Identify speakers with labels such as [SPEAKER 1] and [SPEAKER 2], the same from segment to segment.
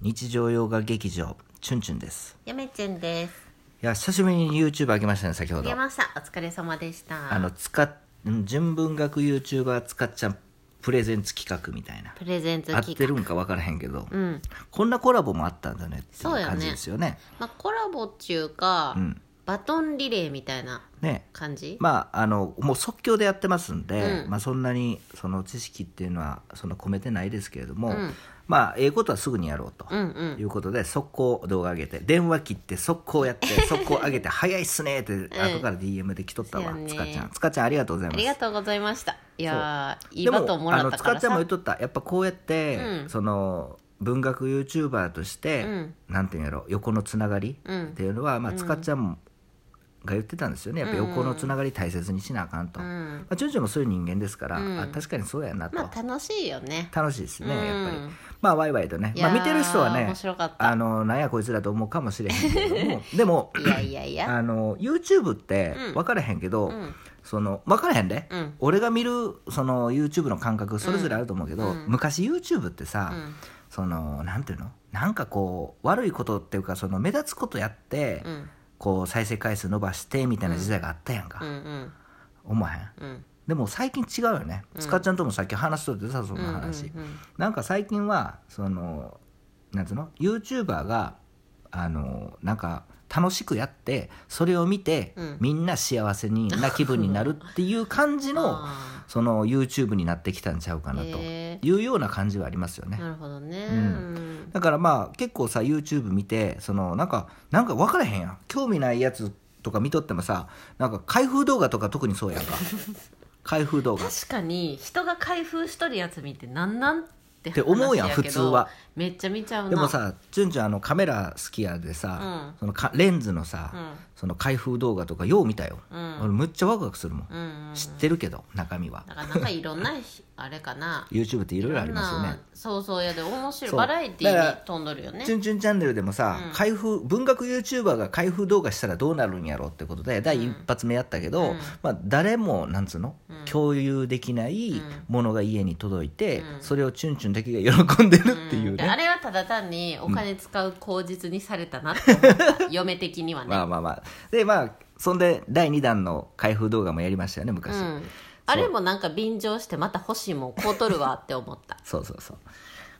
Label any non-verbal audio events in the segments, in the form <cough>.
[SPEAKER 1] 日常洋画劇場チュンチュンです
[SPEAKER 2] やめちゅんです。
[SPEAKER 1] いや久しぶりに YouTube 開けましたね先ほ
[SPEAKER 2] あげ
[SPEAKER 1] ど
[SPEAKER 2] ました。お疲れ様でした。
[SPEAKER 1] あの使っん純文学 YouTuber 使っちゃんプレゼンツ企画みたいな
[SPEAKER 2] プレゼンツ
[SPEAKER 1] 合っ
[SPEAKER 2] 企
[SPEAKER 1] て
[SPEAKER 2] 画。
[SPEAKER 1] るんか分からへんけど、
[SPEAKER 2] うん。
[SPEAKER 1] こんなコラボもあったんだねっていう
[SPEAKER 2] そうよね
[SPEAKER 1] 感じですよね
[SPEAKER 2] まあ、コラボっていうか、
[SPEAKER 1] ん
[SPEAKER 2] バトンリレーみたいな
[SPEAKER 1] ね
[SPEAKER 2] 感じ、
[SPEAKER 1] まああのもう即興でやってますんで、
[SPEAKER 2] うん
[SPEAKER 1] まあ、そんなにその知識っていうのはその込めてないですけれども、
[SPEAKER 2] うん
[SPEAKER 1] まあええことはすぐにやろうと。
[SPEAKER 2] うんうん。
[SPEAKER 1] いうことで速攻動画上げて電話切って速攻
[SPEAKER 2] <laughs>
[SPEAKER 1] やって速攻上げて早いっすねーって後から DM で来とったわ、
[SPEAKER 2] そうやね
[SPEAKER 1] つかちゃんつかちゃんありがとうござい
[SPEAKER 2] あ
[SPEAKER 1] ま
[SPEAKER 2] り
[SPEAKER 1] す
[SPEAKER 2] がとうございました。いやー、いい
[SPEAKER 1] でも
[SPEAKER 2] バトンもら
[SPEAKER 1] あ
[SPEAKER 2] っ
[SPEAKER 1] の
[SPEAKER 2] た
[SPEAKER 1] つ
[SPEAKER 2] か
[SPEAKER 1] からちゃん
[SPEAKER 2] さ。
[SPEAKER 1] も言っとったやっぱこうやって、
[SPEAKER 2] うん
[SPEAKER 1] その文学 YouTuber として、
[SPEAKER 2] うん
[SPEAKER 1] なんていうんやろ横のつながり
[SPEAKER 2] うん
[SPEAKER 1] っていうのは、まあ、つかちゃんもが言ってたんですよねやっぱ横のつながり大切にしなあかんと、
[SPEAKER 2] う
[SPEAKER 1] ま
[SPEAKER 2] ん。
[SPEAKER 1] あ、ジュンジュンもそういう人間ですから、
[SPEAKER 2] うん
[SPEAKER 1] あ確かにそうやなと、
[SPEAKER 2] まあ、楽しいよね。
[SPEAKER 1] 楽しいですね、
[SPEAKER 2] うん
[SPEAKER 1] やっぱりまあワイワイとね、
[SPEAKER 2] いや
[SPEAKER 1] まあ、
[SPEAKER 2] ー
[SPEAKER 1] 見てる人はね
[SPEAKER 2] 面白かった
[SPEAKER 1] あのなんやこいつらと思うかもしれへんけども <laughs> でも
[SPEAKER 2] いやいやいや。
[SPEAKER 1] あの YouTube って
[SPEAKER 2] うん
[SPEAKER 1] 分からへんけど、
[SPEAKER 2] うん。
[SPEAKER 1] その分からへんで、
[SPEAKER 2] うん
[SPEAKER 1] 俺が見るその YouTube の感覚それぞれあると思うけど、
[SPEAKER 2] うん
[SPEAKER 1] 昔 YouTube って
[SPEAKER 2] う
[SPEAKER 1] さ、
[SPEAKER 2] ん。
[SPEAKER 1] そのなんていうのなんかこう悪いことっていうかその目立つことやって、
[SPEAKER 2] うん。
[SPEAKER 1] こう再生回数伸ばしてみたいな時代があったやんか、
[SPEAKER 2] うん。うん。
[SPEAKER 1] 思わへん
[SPEAKER 2] うん。
[SPEAKER 1] でも最近違うよね、つかちゃんともさっき話しとってさその話、
[SPEAKER 2] うんうんうん
[SPEAKER 1] なんか最近はそのなんつうの YouTuber があのなんか楽しくやってそれを見て、
[SPEAKER 2] うん
[SPEAKER 1] みんな幸せにな気分になるっていう感じの
[SPEAKER 2] <laughs> あ
[SPEAKER 1] その YouTube になってきたんちゃうかなと
[SPEAKER 2] へ
[SPEAKER 1] いうような感じはありますよ
[SPEAKER 2] ー
[SPEAKER 1] ね。
[SPEAKER 2] なるほどね。
[SPEAKER 1] うんだからまあ結構さ YouTube 見てそのなんかなんか分からへんやん興味ないやつとか見とってもさなんか開封動画とか特にそうやん
[SPEAKER 2] <laughs>
[SPEAKER 1] か開封動画
[SPEAKER 2] 確かに人が開封しとるやつ見てなんなんって話
[SPEAKER 1] って思うやん
[SPEAKER 2] けど
[SPEAKER 1] 普通は
[SPEAKER 2] めっちゃ見ちゃうな
[SPEAKER 1] でもさチュンチュンあのカメラ好きやでさ、
[SPEAKER 2] うん
[SPEAKER 1] そのかレンズのさ、
[SPEAKER 2] うん
[SPEAKER 1] その開封動画とかよう見たよ、
[SPEAKER 2] うん
[SPEAKER 1] 俺むっちゃワクワクするもん、
[SPEAKER 2] うんうん
[SPEAKER 1] 知ってるけど中身は
[SPEAKER 2] だからなんかいろんなあれかな
[SPEAKER 1] YouTube っていろいろありますよ
[SPEAKER 2] いろ
[SPEAKER 1] ね
[SPEAKER 2] んなそうそうやで面白
[SPEAKER 1] そ
[SPEAKER 2] いうバラエティ
[SPEAKER 1] だから
[SPEAKER 2] ーに飛んどるよね
[SPEAKER 1] チュンチュンチャンネルでもさ、開封文学 YouTuber が開封動画したらどうなるんやろうってことで第一発目やったけど、
[SPEAKER 2] うん
[SPEAKER 1] まあ、誰もなんつうの、共有できないものが家に届いて、
[SPEAKER 2] うん
[SPEAKER 1] それをチュンチュンだけが喜んでる
[SPEAKER 2] うん
[SPEAKER 1] っていうね、
[SPEAKER 2] であれはただ単にお金使う口実にされたなって思った、嫁的にはね、
[SPEAKER 1] まあまあまあでまあそんで第2弾の開封動画もやりましたよね昔、
[SPEAKER 2] うん、あれもなんか便乗してまた欲しいもんこうとるわって思った
[SPEAKER 1] そうそうそう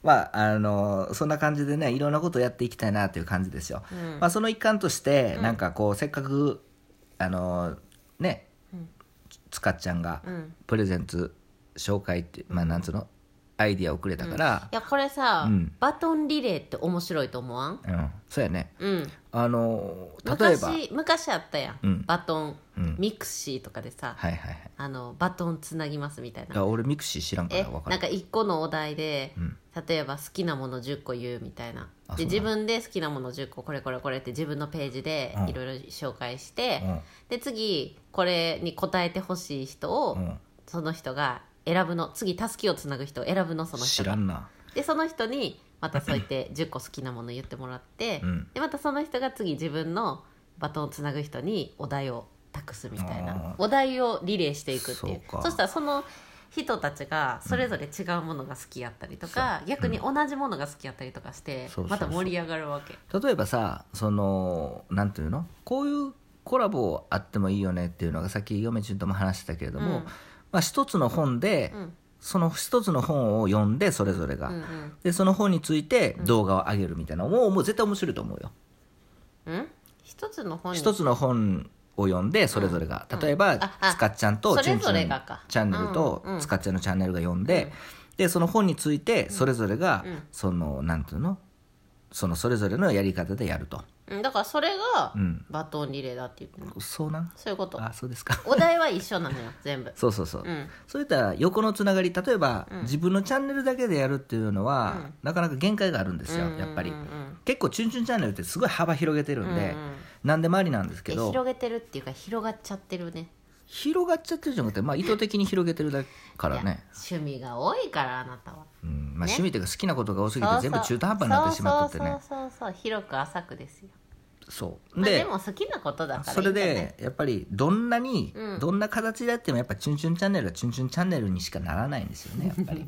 [SPEAKER 1] まああのそんな感じでねいろんなことをやっていきたいなという感じですよ、まあ、その一環として、なんかこうせっかくあのね、つかっちゃんが
[SPEAKER 2] うん
[SPEAKER 1] プレゼンツ紹介ってまあなんつうのアイディアをくれたから
[SPEAKER 2] い、やこれさ、
[SPEAKER 1] うん
[SPEAKER 2] バトンリレーって面白いと思わん
[SPEAKER 1] うんそうやね
[SPEAKER 2] うん
[SPEAKER 1] あの例えばはい
[SPEAKER 2] 昔昔あったやん、
[SPEAKER 1] うん
[SPEAKER 2] バトン、
[SPEAKER 1] うん
[SPEAKER 2] ミクシーとかでさ
[SPEAKER 1] はいはい
[SPEAKER 2] あのバトンつなぎますみたいな
[SPEAKER 1] あ俺ミクシー知らんか
[SPEAKER 2] え
[SPEAKER 1] ら分かる
[SPEAKER 2] なんか1個のお題で、
[SPEAKER 1] ん
[SPEAKER 2] 例えば好きなもの10個言うみたいな
[SPEAKER 1] あそ
[SPEAKER 2] で
[SPEAKER 1] う
[SPEAKER 2] 自分で好きなもの10個これこれこれって自分のページで
[SPEAKER 1] うん
[SPEAKER 2] いろいろ紹介して、
[SPEAKER 1] うん
[SPEAKER 2] で次これに答えてほしい人を、
[SPEAKER 1] うん
[SPEAKER 2] その人が選ぶの次たすきをつなぐ人を選ぶのその
[SPEAKER 1] 知
[SPEAKER 2] 人
[SPEAKER 1] ら
[SPEAKER 2] が
[SPEAKER 1] んな
[SPEAKER 2] でその人にまたそうやって10個好きなもの言ってもらって、
[SPEAKER 1] うん
[SPEAKER 2] でまたその人が次自分のバトンをつなぐ人にお題を託すみたい
[SPEAKER 1] あ
[SPEAKER 2] なお題をリレーしていくっていう
[SPEAKER 1] そうか
[SPEAKER 2] そしたらその人たちがそれぞれ違うものが好きやったりとか、逆に同じものが好きやったりとかして、
[SPEAKER 1] そうそうそう
[SPEAKER 2] また盛り上がるわけ
[SPEAKER 1] 例えばさそのなんていうのこういうコラボあってもいいよねっていうのがさっき嫁ちゅんとも話してたけれども、
[SPEAKER 2] うん
[SPEAKER 1] まあ、一つの本で、
[SPEAKER 2] うん
[SPEAKER 1] その一つの本を読んでそれぞれが、
[SPEAKER 2] うん
[SPEAKER 1] でその本について動画を上げるみたいな、もうもう絶対面白いと思うよ、
[SPEAKER 2] うんうん一つの本に
[SPEAKER 1] 一つの本を読んでそれぞれが、例えば、
[SPEAKER 2] ああ
[SPEAKER 1] つかっちゃんと
[SPEAKER 2] そ
[SPEAKER 1] ちゅ
[SPEAKER 2] れ
[SPEAKER 1] んちゅ
[SPEAKER 2] ぞれ
[SPEAKER 1] ん
[SPEAKER 2] がか
[SPEAKER 1] チャンネルと
[SPEAKER 2] うんうん
[SPEAKER 1] つかっちゃんのチャンネルが読んで、でその本についてそれぞれが、
[SPEAKER 2] うん
[SPEAKER 1] そのなんていうのそのそれぞれのやり方でやると、
[SPEAKER 2] うんだからそれが
[SPEAKER 1] うん、
[SPEAKER 2] バトンリレーだって言ってるの
[SPEAKER 1] そうなん
[SPEAKER 2] そういうこと
[SPEAKER 1] あそうですか
[SPEAKER 2] お題は一緒なのよ全部
[SPEAKER 1] <laughs> そうそう <laughs> そう、
[SPEAKER 2] うん
[SPEAKER 1] そういった横のつながり例えば、自分のチャンネルだけでやるっていうのは、なかなか限界があるんですよやっぱり、
[SPEAKER 2] うんうんうん
[SPEAKER 1] 結構「チュンチュンチャンネル」ってすごい幅広げてるんで、
[SPEAKER 2] うんうん
[SPEAKER 1] 何でもありなんですけ
[SPEAKER 2] え
[SPEAKER 1] ど
[SPEAKER 2] 広げてるっていうか広がっちゃってるね
[SPEAKER 1] 広がっちゃってるじゃなくて、まあ、意図的に広げてるだからね、
[SPEAKER 2] 趣味が多いからあなたは
[SPEAKER 1] うんまあ、趣味というか好きなことが多すぎて全部中途半端になってしまっとってね
[SPEAKER 2] そうそうそうそうそう広く浅くですよ
[SPEAKER 1] そう
[SPEAKER 2] まあ
[SPEAKER 1] で
[SPEAKER 2] で,、も好きなことだから
[SPEAKER 1] それ
[SPEAKER 2] いいんじゃない
[SPEAKER 1] でやっぱりどんなに、
[SPEAKER 2] うん
[SPEAKER 1] どんな形であってもやっぱ「チュンチュンチャンネル」は「チュ
[SPEAKER 2] <laughs>
[SPEAKER 1] ンチュンチャンネル」にしかならないんですよねやっぱり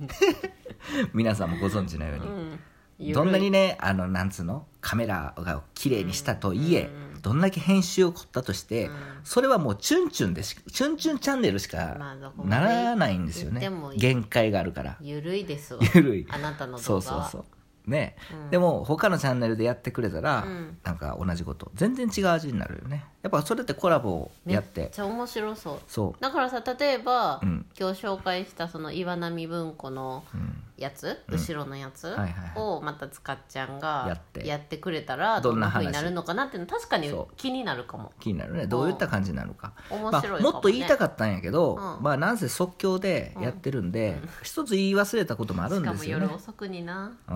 [SPEAKER 1] 皆さんもご存知のように。
[SPEAKER 2] うんゆるい
[SPEAKER 1] どんなにねあのなんつうのカメラが綺麗にしたとはいえ、
[SPEAKER 2] うん
[SPEAKER 1] どんだけ編集を凝ったとして、
[SPEAKER 2] うん
[SPEAKER 1] それはもうチュンチュンでしチュンチュンチャンネルし
[SPEAKER 2] まあ
[SPEAKER 1] か
[SPEAKER 2] どこま
[SPEAKER 1] な
[SPEAKER 2] で
[SPEAKER 1] らないんですよね、
[SPEAKER 2] 行ってもいい
[SPEAKER 1] 限界があるから
[SPEAKER 2] ゆるいですわ
[SPEAKER 1] <laughs> ゆるい
[SPEAKER 2] あなたの動画は
[SPEAKER 1] そうそうそうね、
[SPEAKER 2] うん
[SPEAKER 1] でも他のチャンネルでやってくれたら、
[SPEAKER 2] うん
[SPEAKER 1] なんか同じこと全然違う味になるよねやっぱそれってコラボをやっ
[SPEAKER 2] め
[SPEAKER 1] て
[SPEAKER 2] っちゃ面白そう
[SPEAKER 1] そう
[SPEAKER 2] だからさ例えば、
[SPEAKER 1] うん
[SPEAKER 2] 今日紹介したその岩波文庫の
[SPEAKER 1] うん
[SPEAKER 2] やつ、
[SPEAKER 1] うん
[SPEAKER 2] 後ろのやつ、
[SPEAKER 1] はいはいはい
[SPEAKER 2] をまた塚っちゃんが
[SPEAKER 1] やって
[SPEAKER 2] やってくれたら
[SPEAKER 1] ど
[SPEAKER 2] ど
[SPEAKER 1] ん
[SPEAKER 2] ん
[SPEAKER 1] な
[SPEAKER 2] な
[SPEAKER 1] 話
[SPEAKER 2] 風になるのかなっていうの確かに
[SPEAKER 1] そ
[SPEAKER 2] 気になるかも
[SPEAKER 1] 気になるねどういった感じになるか,、
[SPEAKER 2] 面
[SPEAKER 1] ま
[SPEAKER 2] 白いかも、
[SPEAKER 1] あ、
[SPEAKER 2] ね
[SPEAKER 1] もっと言いた
[SPEAKER 2] か
[SPEAKER 1] かったんやけど、
[SPEAKER 2] うん
[SPEAKER 1] まあなんせ即興でやってるんで、一つ言い忘れたこともあるんですよ
[SPEAKER 2] しかも
[SPEAKER 1] ね
[SPEAKER 2] 夜遅くにな
[SPEAKER 1] う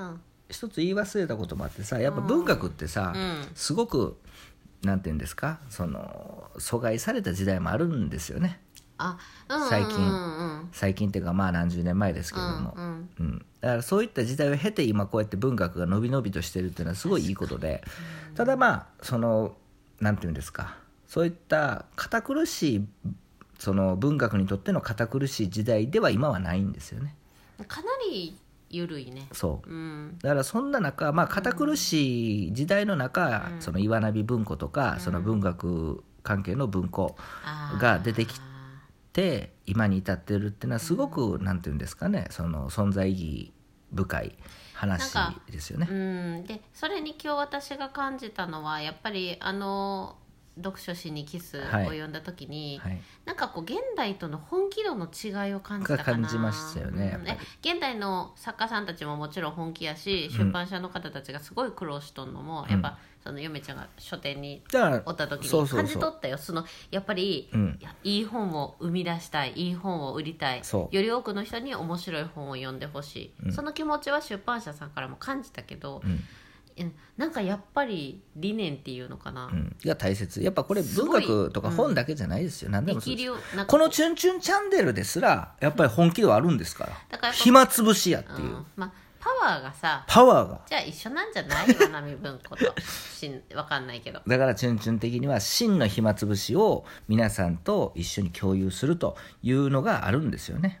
[SPEAKER 1] ん、
[SPEAKER 2] うん
[SPEAKER 1] 一つ言い忘れたこともあってさやっぱ文学ってさ、
[SPEAKER 2] うん
[SPEAKER 1] すごくなんて言うんですかその阻害された時代もあるんですよね
[SPEAKER 2] あうん
[SPEAKER 1] 最近
[SPEAKER 2] うんうん
[SPEAKER 1] 最近っていうかまあ何十年前ですけ
[SPEAKER 2] う
[SPEAKER 1] れど
[SPEAKER 2] ん
[SPEAKER 1] も、
[SPEAKER 2] う
[SPEAKER 1] うん
[SPEAKER 2] ん
[SPEAKER 1] だからそういった時代を経て今こうやって文学が伸び伸びとしてるっていうのはすごいいいことでただまあそのなんて言うんですかそういった堅苦しいその文学にとっての堅苦しい時代では今はないんですよね
[SPEAKER 2] かなりゆるいね
[SPEAKER 1] そう
[SPEAKER 2] うん
[SPEAKER 1] だからそんな中、まあ、堅苦しい時代の中、その岩波文庫とか、その文学関係の文庫
[SPEAKER 2] あー
[SPEAKER 1] が出てきで今に至ってるっていうのはすごく、なんて言うんですかねその存在意義深い話
[SPEAKER 2] なんか
[SPEAKER 1] ですよね。
[SPEAKER 2] うんでそれに今日私が感じたのはやっぱりあの読書しにキスを
[SPEAKER 1] はい
[SPEAKER 2] 読んだ時に、
[SPEAKER 1] はい、
[SPEAKER 2] なんかこう現代との本気度の違いを感じたか
[SPEAKER 1] が
[SPEAKER 2] な
[SPEAKER 1] 感じましたよねやっ
[SPEAKER 2] うん
[SPEAKER 1] ぱり
[SPEAKER 2] え現代の作家さんたちももちろん本気やし、
[SPEAKER 1] うん
[SPEAKER 2] 出版社の方たちがすごい苦労しとんのも、
[SPEAKER 1] ん
[SPEAKER 2] やっぱその嫁ちゃんが書店に
[SPEAKER 1] だから
[SPEAKER 2] おった時
[SPEAKER 1] そう
[SPEAKER 2] に
[SPEAKER 1] そうそう
[SPEAKER 2] 感じ取ったよそのやっぱり、
[SPEAKER 1] うん
[SPEAKER 2] いやいい本を生み出したいいい本を売りたい
[SPEAKER 1] そ
[SPEAKER 2] よ
[SPEAKER 1] う
[SPEAKER 2] り多くの人に面白い本を読んでほしい、
[SPEAKER 1] うん
[SPEAKER 2] その気持ちは出版社さんからも感じたけど
[SPEAKER 1] う、ん
[SPEAKER 2] うんなんかやっぱり理念っていうのか
[SPEAKER 1] う
[SPEAKER 2] な、
[SPEAKER 1] ん、が大切やっぱこれ
[SPEAKER 2] す
[SPEAKER 1] 文
[SPEAKER 2] ごい
[SPEAKER 1] 学とか本だけじゃないですよ、何でもそう
[SPEAKER 2] 力
[SPEAKER 1] です
[SPEAKER 2] 量なんか
[SPEAKER 1] この「チュンチュンチャンネル」ですらやっぱり本気度あるんですから
[SPEAKER 2] だからやっぱ
[SPEAKER 1] 暇つぶしやって
[SPEAKER 2] う
[SPEAKER 1] いう、
[SPEAKER 2] んまあ、パワーがさ
[SPEAKER 1] パワーが
[SPEAKER 2] じゃあ一緒なんじゃない岩波文
[SPEAKER 1] <laughs>
[SPEAKER 2] 庫としんわかんないけど
[SPEAKER 1] だからチュンチュン的には真の暇つぶしを皆さんと一緒に共有するというのがあるんですよね。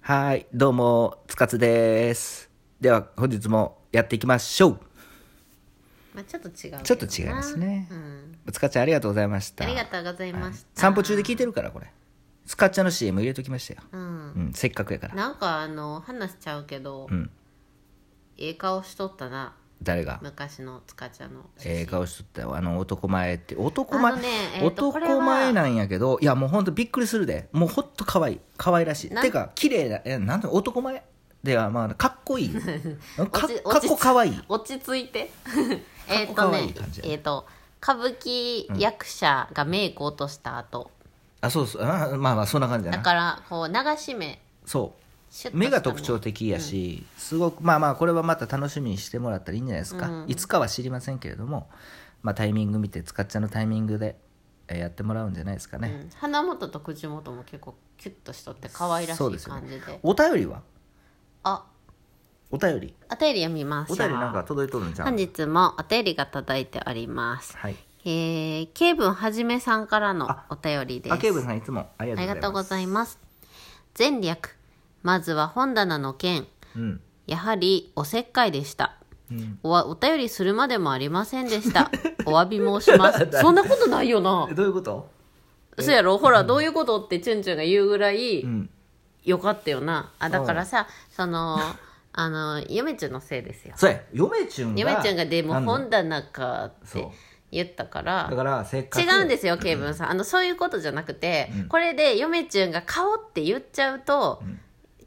[SPEAKER 1] はい、どうも、つかつです。では、本日もやっていきましょ
[SPEAKER 2] まあちょっと違うけどな
[SPEAKER 1] ちょっと違いますね
[SPEAKER 2] うん、
[SPEAKER 1] う。つかちゃん、ありがとうございました。
[SPEAKER 2] ありがとうございま
[SPEAKER 1] はい
[SPEAKER 2] した、
[SPEAKER 1] 散歩中で聞いてるから、これ。つかちゃんの CM 入れときましたよ。
[SPEAKER 2] うん
[SPEAKER 1] うん、せっかくやから。
[SPEAKER 2] なんかあの話しちゃうけど、
[SPEAKER 1] うん
[SPEAKER 2] ええ顔しとったな
[SPEAKER 1] 誰が
[SPEAKER 2] 昔の塚ちゃんの写真
[SPEAKER 1] ええ顔しとったよあの男前って男前、
[SPEAKER 2] あのねえーとこれは
[SPEAKER 1] 男前なんやけどいやもうほんとびっくりするでもうほんと可愛い可愛らしい
[SPEAKER 2] なん
[SPEAKER 1] てか綺麗だえなんて男前ではまあかっこいいかか
[SPEAKER 2] <laughs> 落ち
[SPEAKER 1] っこ可愛い
[SPEAKER 2] 落ち着いて <laughs> えっ
[SPEAKER 1] かっこ可
[SPEAKER 2] と
[SPEAKER 1] 愛い
[SPEAKER 2] ね
[SPEAKER 1] 感じ
[SPEAKER 2] えっ、と歌舞伎役者がメイク落とした後、
[SPEAKER 1] あそうそうあまあまあそんな感じだ
[SPEAKER 2] だ
[SPEAKER 1] な
[SPEAKER 2] からこう流し目
[SPEAKER 1] そう
[SPEAKER 2] シュッとした
[SPEAKER 1] 目が特徴的やし、すごくまあまあこれはまた楽しみにしてもらったらいいんじゃないですか、
[SPEAKER 2] うん
[SPEAKER 1] いつかは知りませんけれども、まあ、タイミング見て使っちゃうのタイミングでえーやってもらうんじゃないですかね、
[SPEAKER 2] うん鼻元と口元も結構キュッとしとって可愛らしい
[SPEAKER 1] そう
[SPEAKER 2] 感
[SPEAKER 1] で
[SPEAKER 2] じ
[SPEAKER 1] す
[SPEAKER 2] で
[SPEAKER 1] よねお便りは
[SPEAKER 2] あ
[SPEAKER 1] お便り
[SPEAKER 2] お便り読みましょ
[SPEAKER 1] お
[SPEAKER 2] う
[SPEAKER 1] 便りなんか届いとるんじゃん
[SPEAKER 2] 本日もお便りが届いております
[SPEAKER 1] はい
[SPEAKER 2] えー、ケイブンはじめさんからのお便りです
[SPEAKER 1] あけいぶさんいつもあり
[SPEAKER 2] あり
[SPEAKER 1] がと
[SPEAKER 2] がと
[SPEAKER 1] う
[SPEAKER 2] う
[SPEAKER 1] ご
[SPEAKER 2] ご
[SPEAKER 1] ざい
[SPEAKER 2] ざいます前略まずは本棚の件
[SPEAKER 1] ますうん
[SPEAKER 2] やはりおせっかいでした
[SPEAKER 1] うん
[SPEAKER 2] おわお便りするまでもありませんでした
[SPEAKER 1] <laughs>
[SPEAKER 2] お詫び申しますそんなことないよな
[SPEAKER 1] えどういうこと
[SPEAKER 2] 嘘やろほらどういうことってチュンチュンが言うぐらい、
[SPEAKER 1] うん
[SPEAKER 2] よかったよなあだからさそのあの嫁ちゃんのせいですよ
[SPEAKER 1] そうや嫁ちゅんが
[SPEAKER 2] 嫁ちゃんがでも
[SPEAKER 1] あの
[SPEAKER 2] 本棚かっ
[SPEAKER 1] そ
[SPEAKER 2] て
[SPEAKER 1] う
[SPEAKER 2] 言ったか
[SPEAKER 1] だ
[SPEAKER 2] ら
[SPEAKER 1] からせっか
[SPEAKER 2] 違
[SPEAKER 1] く
[SPEAKER 2] うんですよケイブンさんあのそういうことじゃなくて、これで嫁ちゅんが顔って言っちゃうと、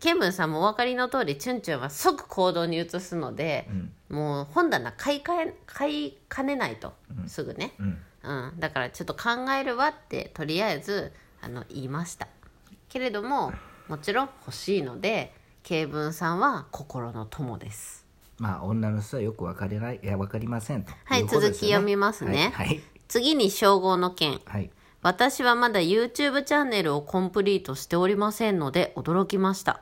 [SPEAKER 2] ケイブンさんもお分かりの通りチュンチュンは即行動に移すので、もう本棚買い替え買いかねないと、すぐね、
[SPEAKER 1] うん
[SPEAKER 2] うん、だからちょっと考えるわってとりあえずあの言いましたけれどももちろん欲しいので慶文さんは心の友です
[SPEAKER 1] まあ女の人はよくわかれないいやわかりませんと
[SPEAKER 2] はい
[SPEAKER 1] いうことですよ
[SPEAKER 2] 続き読みますね
[SPEAKER 1] はいはい
[SPEAKER 2] 次に称号の件
[SPEAKER 1] はい
[SPEAKER 2] 私はまだ YouTube チャンネルをコンプリートしておりませんので驚きました、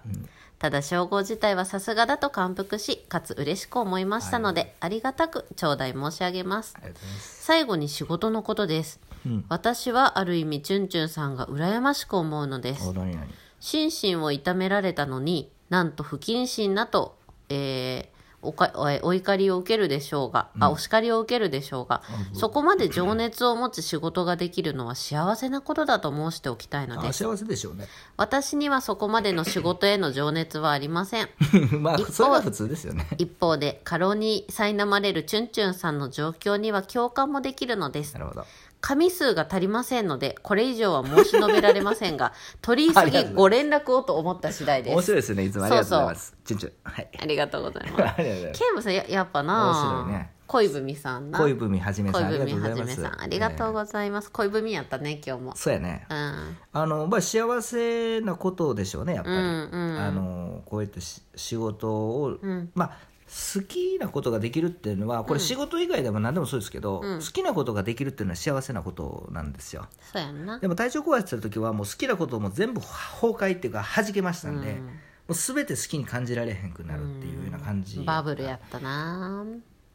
[SPEAKER 2] ただ称号自体はさすがだと感服しかつ嬉しく思いましたので、ありがたく頂戴申し上げます
[SPEAKER 1] ありがとうございます
[SPEAKER 2] 最後に仕事のことです、
[SPEAKER 1] うん
[SPEAKER 2] 私はある意味チュンチュンさんが羨ましく思うのです
[SPEAKER 1] お何何
[SPEAKER 2] 心身を痛められたのになんと不謹慎なと、えーおかえお怒りを受けるでしょうが、あお叱りを受けるでしょうが、そこまで情熱を持ち仕事ができるのは幸せなことだと申しておきたいの
[SPEAKER 1] あ
[SPEAKER 2] です
[SPEAKER 1] 幸せでしょうね
[SPEAKER 2] 私にはそこまでの仕事への情熱はありませ <laughs> ん
[SPEAKER 1] <laughs> まあそれは普通ですよね <laughs>
[SPEAKER 2] 一方で過労に苛まれるチュンチュンさんの状況には共感もできるのです
[SPEAKER 1] なるほど
[SPEAKER 2] 紙数が足りませんのでこれ以上は申し述べられません <laughs> が取り急ぎご連絡をと思った次第で
[SPEAKER 1] 面
[SPEAKER 2] す
[SPEAKER 1] 白いですねいつもありがとうございますチュンチュンはい
[SPEAKER 2] <laughs> ありがとうござい
[SPEAKER 1] あり
[SPEAKER 2] ま
[SPEAKER 1] がとうございますす
[SPEAKER 2] ケイムさんややっぱな
[SPEAKER 1] 面白いね
[SPEAKER 2] 恋文さんな
[SPEAKER 1] 恋文はじめさんありがとうござい
[SPEAKER 2] はじ
[SPEAKER 1] ま
[SPEAKER 2] め
[SPEAKER 1] す
[SPEAKER 2] さんありがとう
[SPEAKER 1] ね
[SPEAKER 2] ございます恋文やったね今日も
[SPEAKER 1] そうやね
[SPEAKER 2] うん
[SPEAKER 1] あのまあ幸せなことでしょうねやっぱ
[SPEAKER 2] う
[SPEAKER 1] り、
[SPEAKER 2] んうん
[SPEAKER 1] あのこうやってし仕事を、
[SPEAKER 2] うん
[SPEAKER 1] まあ好きなことができるっていうのはこれ仕事以外でも何でもそうですけど、
[SPEAKER 2] うん
[SPEAKER 1] 好きなことができるっていうのは幸せなことなんですよ
[SPEAKER 2] そうやんな
[SPEAKER 1] でも体調壊してた時はもう好きなことも全部崩壊っていうか弾けましたんで、
[SPEAKER 2] うん
[SPEAKER 1] もう全て好きに感じられへんくなるっていうような感じ、
[SPEAKER 2] バブルやったな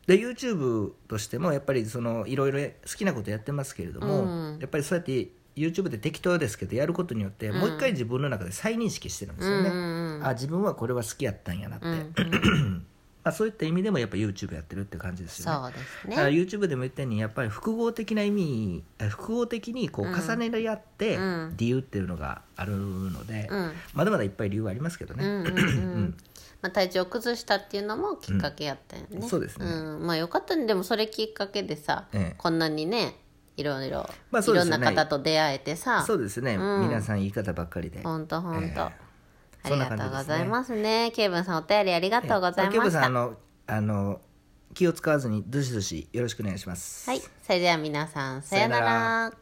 [SPEAKER 1] で YouTube としてもやっぱりそのいろいろ好きなことやってますけれども、
[SPEAKER 2] うん
[SPEAKER 1] やっぱりそうやって YouTube で適当ですけどやることによってもう一回自分の中で再認識してるんですよね、
[SPEAKER 2] うんうんうん
[SPEAKER 1] あ自分はこれは好きやったんやなって、
[SPEAKER 2] うんう
[SPEAKER 1] ま
[SPEAKER 2] ん
[SPEAKER 1] <clears throat> あ、そういった意味でもやっぱ YouTube やってるって感じですよね
[SPEAKER 2] そうです
[SPEAKER 1] だから
[SPEAKER 2] ね
[SPEAKER 1] YouTube でも言ったようにやっぱり複合的な意味え複合的にこう重ねり合って
[SPEAKER 2] うん
[SPEAKER 1] 理由っていうのがあるので、
[SPEAKER 2] うん
[SPEAKER 1] まだまだいっぱい理由はありますけど
[SPEAKER 2] う
[SPEAKER 1] ね、
[SPEAKER 2] んうんうんまあ体調崩したっていうのもきっかけやったよね、
[SPEAKER 1] うんそうですね
[SPEAKER 2] んまあよかったねでもそれきっかけでさ、
[SPEAKER 1] ええ
[SPEAKER 2] こんなにねいろいろ、
[SPEAKER 1] まあ
[SPEAKER 2] い
[SPEAKER 1] そうで
[SPEAKER 2] ろ
[SPEAKER 1] す
[SPEAKER 2] ん
[SPEAKER 1] よね
[SPEAKER 2] な方と出会えてさ
[SPEAKER 1] そうですね、
[SPEAKER 2] うん
[SPEAKER 1] 皆さん言い方ばっかりで
[SPEAKER 2] ほんとほんと、
[SPEAKER 1] ええそん
[SPEAKER 2] あ
[SPEAKER 1] な
[SPEAKER 2] り
[SPEAKER 1] 感じですね
[SPEAKER 2] がとうございますねケイブンさんお便りありがとうござ
[SPEAKER 1] ええ
[SPEAKER 2] いま
[SPEAKER 1] 竹部
[SPEAKER 2] し
[SPEAKER 1] さん
[SPEAKER 2] た、
[SPEAKER 1] あのあの気を使わずにどしどしよろしくお願いします
[SPEAKER 2] はいそれでは皆さんさよな
[SPEAKER 1] さよな
[SPEAKER 2] ら